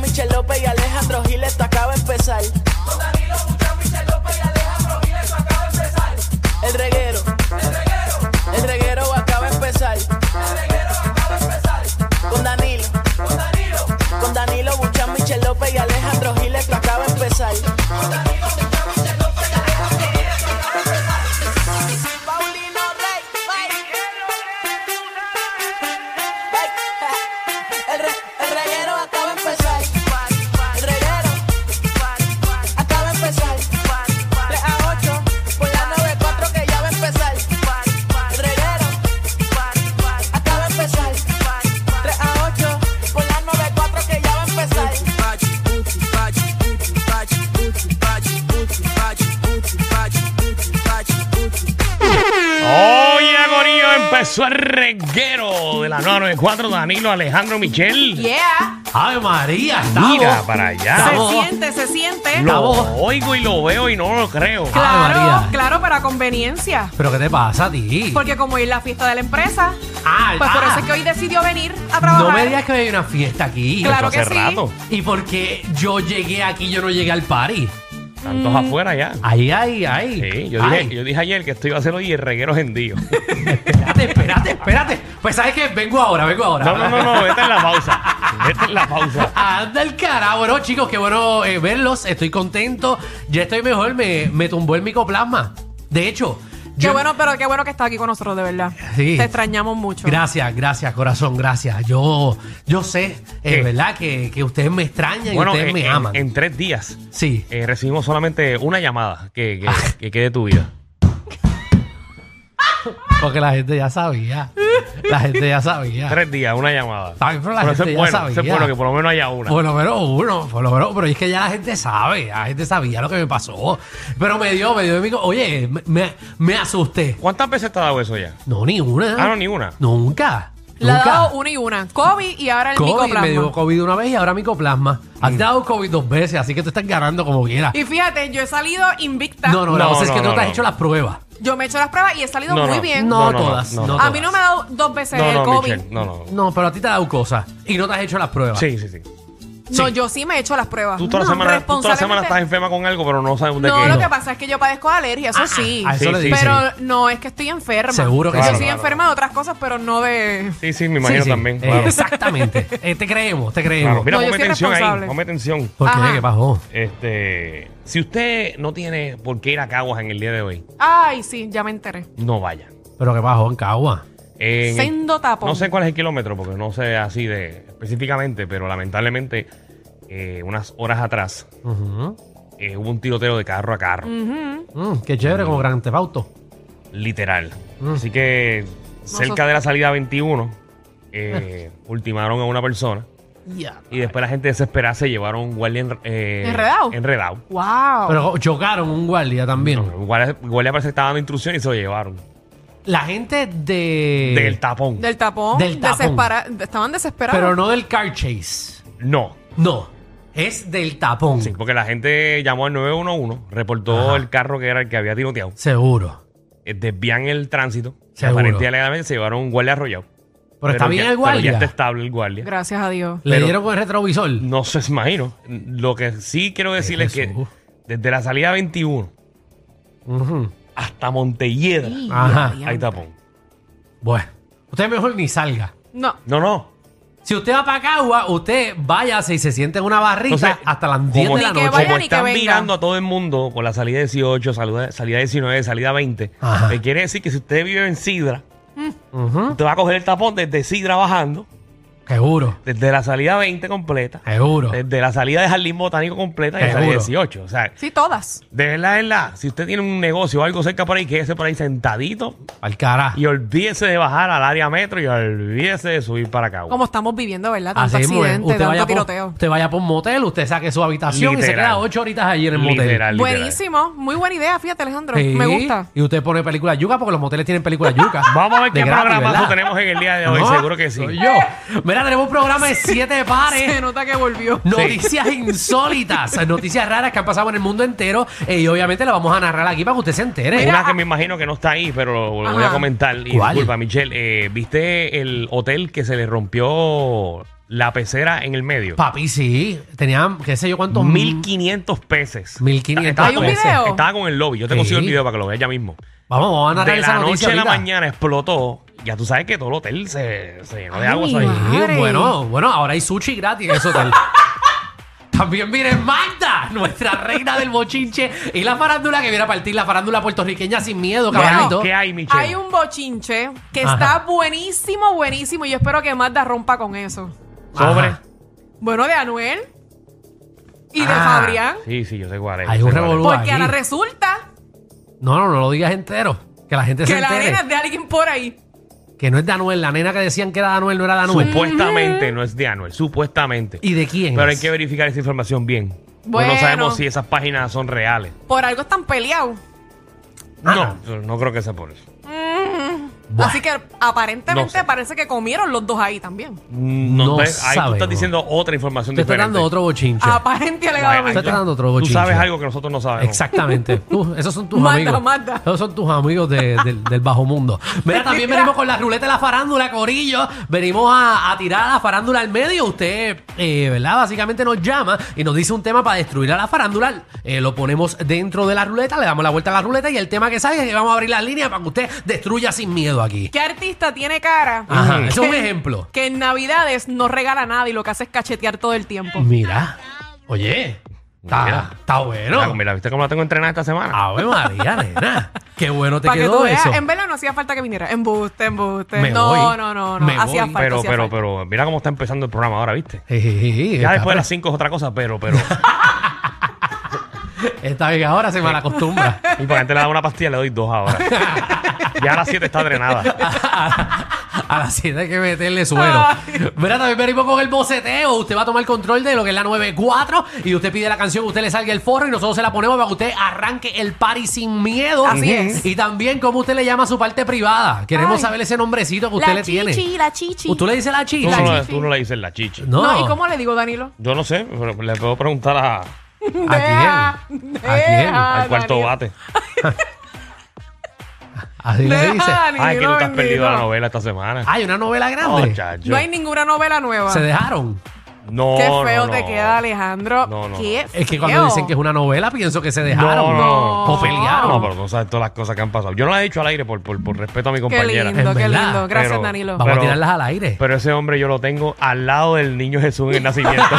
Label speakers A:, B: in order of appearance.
A: Michel López y Alejandro Gil, esto acaba de empezar.
B: Con Danilo Buchan, Michel López y Alejandro Gil, esto acaba de empezar.
A: El reguero,
B: El reguero,
A: el reguero acaba de empezar.
B: el reguero acaba de empezar.
A: Con Danilo,
B: Con Danilo,
A: con Danilo Buchan, Michel López y Alejandro Gil, esto acaba de empezar.
B: con Danilo Buchan, Michel López y Alejandro Gil, esto acaba de empezar.
A: Paulino Rey, El, re- el reguero acaba de empezar. El reguero acaba de empezar. 3 a 8 por la 94 que ya va a empezar. El reguero acaba de empezar. 3 a 8 por la 94 que ya va a empezar.
C: Oye, Gorillo, empezó el reguero de la 994, Danilo Alejandro Michel.
D: Yeah,
E: Ave María, estamos.
C: Mira para allá.
D: se
E: Estamos-
D: siente, se siente.
C: Lo
E: estamos-
C: oigo y lo veo y no lo creo.
E: Ave
D: Claro,
E: María.
D: claro, pero a conveniencia.
E: ¿Pero qué te pasa a ti?
D: Porque como hoy es la fiesta de la empresa,
E: Ah,
D: pues por
E: ah,
D: eso es que hoy decidió venir a
E: No me
D: trabajar.
E: digas que hay una fiesta aquí.
D: Claro
C: Eso
D: que
C: hace
D: sí.
C: rato.
E: ¿Y porque yo llegué aquí yo no llegué al party?
C: Tantos afuera ya.
E: Ay, ay, ay.
C: Sí, yo
E: Mm. Ay,
C: dije, yo dije ayer que esto iba a ser hoy el reguero gendío.
E: Espérate, espérate, espérate. Pues sabes que vengo ahora, vengo ahora.
C: No, no, no, no, esta es la pausa. Esta es la pausa.
E: Anda el cara, bueno chicos, qué bueno eh, verlos, estoy contento, ya estoy mejor, me, me tumbó el micoplasma. De hecho,
D: Qué
E: yo-
D: bueno, pero qué bueno que está aquí con nosotros, de verdad.
E: Sí.
D: Te extrañamos mucho.
E: Gracias, gracias, corazón, gracias. Yo, yo sé,
C: ¿Qué?
E: es verdad que, que ustedes me extrañan
C: Bueno,
E: y ustedes
C: en,
E: me
C: en-
E: aman.
C: en tres días
E: sí.
C: eh, recibimos solamente una llamada que, que, que quede tu vida.
E: Porque la gente ya sabía. La gente ya sabía.
C: Tres días, una llamada.
E: Está bien, pero la
C: eso
E: gente
C: es
E: ya
C: bueno, eso es
E: sabía.
C: bueno, que por lo menos haya una.
E: Por lo menos uno, por lo menos, pero es que ya la gente sabe, la gente sabía lo que me pasó. Pero me dio, me dio, mi co- oye, me- me, me asusté.
C: ¿Cuántas veces te ha dado eso ya?
E: No, ni una.
C: Ah, no, ni una.
E: Nunca.
D: Le ha
E: nunca.
D: dado una y una. COVID y ahora el
E: COVID,
D: micoplasma.
E: me dio COVID una vez y ahora micoplasma. Has
C: Mm.
E: dado COVID dos veces, así que tú estás ganando como quieras.
D: Y fíjate, yo he salido invicta.
E: No, no, la
C: No,
E: cosa es
C: no,
E: que no,
C: no,
E: te has
C: no.
E: hecho las pruebas.
D: Yo me he hecho las pruebas y he salido
C: No,
D: muy
C: no.
D: bien.
E: No,
C: No, no,
E: todas.
C: no,
E: No,
C: no.
D: a mí no me ha dado dos veces
C: No,
D: el
C: no,
D: COVID.
C: Michelle, no, no.
E: No, pero a ti te ha dado cosas y no te has hecho las pruebas.
C: Sí, sí, sí.
D: No,
E: Sí.
D: yo sí me he hecho las pruebas.
C: Tú toda,
D: No,
C: la semana, tú toda la semana
D: responsablemente-
C: estás enferma con algo, pero no sabes de
D: No,
C: qué.
D: lo que pasa es que yo padezco de alergia, eso
E: Ah,
D: Ah, sí.
E: A eso
C: Sí,
E: le
C: sí,
E: dicen.
D: Pero no es que estoy enferma.
E: Seguro que
D: Yo
C: Claro,
D: soy
C: claro.
D: enferma de otras cosas, pero no de.
C: Sí, sí, me imagino
E: Sí, sí,
C: también.
E: eh,
C: claro.
E: Exactamente. Eh, te creemos, te creemos.
C: Claro. Mira,
D: No, yo
C: ponme
D: soy
C: atención ahí.
D: responsable.
C: Ponme atención.
E: ¿Por qué?
D: Ajá.
E: ¿Qué pasó?
C: Este, si usted no tiene por qué ir a Caguas en el día de hoy,
D: Ay, sí, ya me enteré.
C: no vaya.
E: ¿Pero qué pasó en Cagua?
C: En el-
D: Sendo tapón.
C: no sé cuál es el kilómetro, porque no sé así de específicamente, pero lamentablemente eh, unas horas atrás
E: Ujú.
C: eh, hubo un tiroteo de carro a carro,
D: Ujú.
E: Mm, qué chévere, como Gran Tefauto.
C: literal.
E: Mm.
C: Así que cerca
D: sos-
C: de la salida 21 eh, ultimaron a una persona. Y después la gente desesperada se llevaron un guardia en- eh,
D: ¿Enredado?
C: Enredado.
D: Wow.
E: Pero chocaron un guardia también.
C: No, el guardia, el guardia parece que estaba dando instrucciones y se lo llevaron.
E: La gente de...
C: Del tapón.
D: del tapón.
E: Del tapón.
D: desespera- Estaban desesperados.
E: Pero no del car chase.
C: No.
E: No, es del tapón.
C: Sí, porque la gente llamó al 911, reportó
E: Ajá.
C: el carro que era el que había tiroteado.
E: Seguro.
C: Eh, Desvían el tránsito. Se
E: Seguro.
C: aparentemente y alegadamente se llevaron un guardia arrollado.
E: Pero, está bien
C: ya-
E: el
C: Pero ya
E: guardia.
C: está estable el guardia.
D: Gracias a Dios.
E: Le
C: Pero-
E: dieron con el retrovisor.
C: No se imagino. Lo que sí quiero decirles es que
E: Jesús.
C: desde la salida 21
E: Ujú.
C: hasta Montelleda
D: Y
E: Ajá.
D: ya, ya.
C: hay tapón.
E: Bueno, usted mejor ni salga.
D: No.
C: No, no.
E: Si usted va para Cagua, usted váyase y se siente en una barrita
C: Entonces,
E: hasta las 10 de
C: como-
E: la
D: Ni que
E: noche.
D: vaya
C: como
D: ni que
C: están
D: venga.
C: mirando a todo el mundo por la salida 18, saluda- salida 19, salida 20,
E: Ajá. Mm.
C: me quiere decir que si usted vive en Sidra,
E: Ujú.
C: usted va a coger el tapón desde Sidra bajando,
E: Seguro,
C: desde la salida 20 completa,
E: seguro.
C: desde la salida de Jardín Botánico completa y la salida
E: Seguro.
C: 18. O sea,
D: Sí, todas.
C: de verdad, de verdad, si usted tiene un negocio o algo cerca por ahí, quédese por ahí sentadito
E: Al cara.
C: y olvídese de bajar al área metro y olvídese de subir para acá.
D: Como estamos viviendo, ¿verdad? Tanto
E: Así mismo es.
D: accidente,
E: usted
D: tanto
E: vaya, por,
D: tiroteo.
E: usted vaya por un motel, usted saque su habitación y se
C: Literal.
E: queda ocho horitas allí en el motel.
C: Literal, literal.
D: Buenísimo. Muy buena idea, fíjate, Alejandro.
E: Sí.
D: Me gusta.
E: Y usted pone película yuca porque los moteles tienen película yuca.
C: Vamos a ver
E: De
C: qué
E: gratis,
C: programazo
E: ¿verdad?
C: tenemos en el día de hoy,
E: No,
C: seguro que sí.
E: soy yo. Mira, tenemos un programa de siete pares.
D: Se nota que volvió.
E: Noticias insólitas, noticias raras que han pasado en el mundo entero eh, y obviamente la vamos a narrar aquí para que usted se entere.
C: Una que me imagino que no está ahí, pero lo, lo voy a
D: Ajá.
C: comentar. Y
E: Ah. ¿Cuál?
C: disculpa, Michelle, eh, ¿viste el hotel que se le rompió la pecera en el medio.
E: Papi, sí. Tenían, qué sé yo, cuántos.
C: 1500 peces.
E: 1500
C: Estaba
D: ¿Hay un
C: con-
D: video?
C: Estaba con el lobby. Yo te
E: Sí.
C: consigo el video para que lo veas ya mismo.
E: Vamos, vamos a narrar
C: de
E: esa
C: la noche
E: noticia
C: a la
E: ahorita.
C: mañana explotó. Ya tú sabes que todo el hotel se, se llenó de
D: Ay,
C: agua. eso
E: Sí,
C: ahí.
D: Madre.
E: bueno, bueno, ahora hay sushi gratis en ese hotel. También viene Magda, nuestra reina del bochinche y la farándula que viene a partir la farándula puertorriqueña sin miedo,
C: Bueno,
E: caballito.
C: ¿Qué hay, Michelle?
D: Hay un bochinche que
E: Ajá.
D: está buenísimo, buenísimo. Y yo espero que Marta rompa con eso.
C: Sobre.
E: Ajá.
D: Bueno, de Anuel y de
E: Ah.
D: Fabrián.
C: Sí, sí, yo sé cuál es.
E: Hay
C: yo
E: un
C: sé cuál es.
E: revolú-
D: Porque
E: ahí.
D: ahora resulta
E: No, no, no lo digas entero. Que la gente se
D: que la
E: entere.
D: arena es de alguien por ahí.
E: Que no es de Anuel, la nena que decían que era de Anuel no era de Anuel.
C: Supuestamente no es de Anuel, supuestamente.
E: ¿Y de quién?
C: Pero hay
E: es?
C: que verificar esa información bien. Porque
D: Bueno.
C: no sabemos si esas páginas son reales.
D: Por algo están peleados.
E: Ah.
C: No, no creo que sea por eso.
E: Buah.
D: Así que aparentemente
C: No sé.
D: parece que comieron los dos ahí también.
C: No,
E: No
C: ves, ahí tú
E: sabemos.
C: estás diciendo otra información
E: Te estoy
C: diferente.
E: dando otro bochinche.
D: Aparente y
C: Ay, ay,
D: alegadamente.
E: Está tratando otro
C: Tú
E: bochinche.
C: sabes algo que nosotros no sabemos.
E: Exactamente. Tú, esos son tus
D: Manda,
E: amigos.
D: manda.
E: Esos son tus amigos de- del, del bajo mundo. Mira, también venimos con la ruleta de la farándula, Corillo. Venimos a, a tirar a la farándula al medio. Usted, eh, ¿verdad? Básicamente nos llama y nos dice un tema para destruir a la farándula. Eh, lo ponemos dentro de la ruleta, le damos la vuelta a la ruleta y el tema que salga es que vamos a abrir la línea para que usted destruya sin miedo aquí.
D: ¿Qué artista tiene cara?
E: Ajá,
D: que-
E: eso Ah, es un ejemplo.
D: Que en Navidades no regala nada y lo que hace es cachetear todo el tiempo.
E: Mira. Oye. Está,
C: Mira.
E: está bueno.
C: Mira, mira, ¿viste cómo la tengo entrenada esta semana?
E: Ave María, nena. Qué bueno te
D: Para que
E: quedó
D: tú veas,
E: eso.
D: en verdad no hacía falta que viniera. Embuste, embuste.
E: Me
D: no,
E: voy.
D: no, no, no.
E: Me
D: hacía
E: voy.
D: falta.
C: pero,
D: hacía
C: pero,
D: falta.
C: pero, mira cómo está empezando el programa ahora, ¿viste?
E: Sí, sí, sí,
C: Ya
E: está
C: después de las 5 es otra cosa, pero, pero.
E: Está bien, ahora se me la acostumbra.
C: Y para antes le daba una pastilla, le doy dos ahora. ya a las 7 está drenada.
E: A las 7 hay que meterle suero.
D: Ay.
E: Mira, también venimos con el boceteo. Usted va a tomar control de lo que es la 94 y usted pide la canción, usted le salga el forro y nosotros se la ponemos para que usted arranque el party sin miedo.
D: Así es.
E: Y también cómo usted le llama a su parte privada. Queremos
D: Ay.
E: saber ese nombrecito que usted le tiene.
D: la chichi.
E: ¿Tú le dices la chichi?
C: Tú no, le-
E: chichi.
C: tú no le dices la chichi.
E: No.
D: No, ¿y cómo le digo, Danilo?
C: Yo no sé, pero le puedo preguntar a-
E: ¿A quién? ¿A quién?
D: deja,
C: al cuarto
D: Danilo.
C: bate.
E: Así le
D: Deja,
E: dice.
D: Ah, Danilo,
C: Ay, que tú estás perdido
D: bendito.
C: la novela esta semana.
E: Hay una novela grande.
C: Muchacho.
D: No hay ninguna novela nueva.
E: se dejaron.
C: No,
D: Qué feo
C: no,
D: te
C: no.
D: queda, Alejandro.
C: No, no,
D: Qué
E: Es que cuando
D: feo.
E: dicen que es una novela, pienso que se dejaron.
C: No, no, no.
E: O pelearon.
C: No, pero no sabes todas las cosas que han pasado. Yo no las he dicho al aire por, por, por respeto a mi
D: Qué
C: compañera.
D: lindo,
E: Es
D: qué
E: verdad.
D: lindo. Gracias,
C: Pero-
D: Danilo.
E: Vamos a
C: Pero-
E: tirarlas al aire.
C: Pero ese hombre yo lo tengo al lado del niño Jesús en el nacimiento.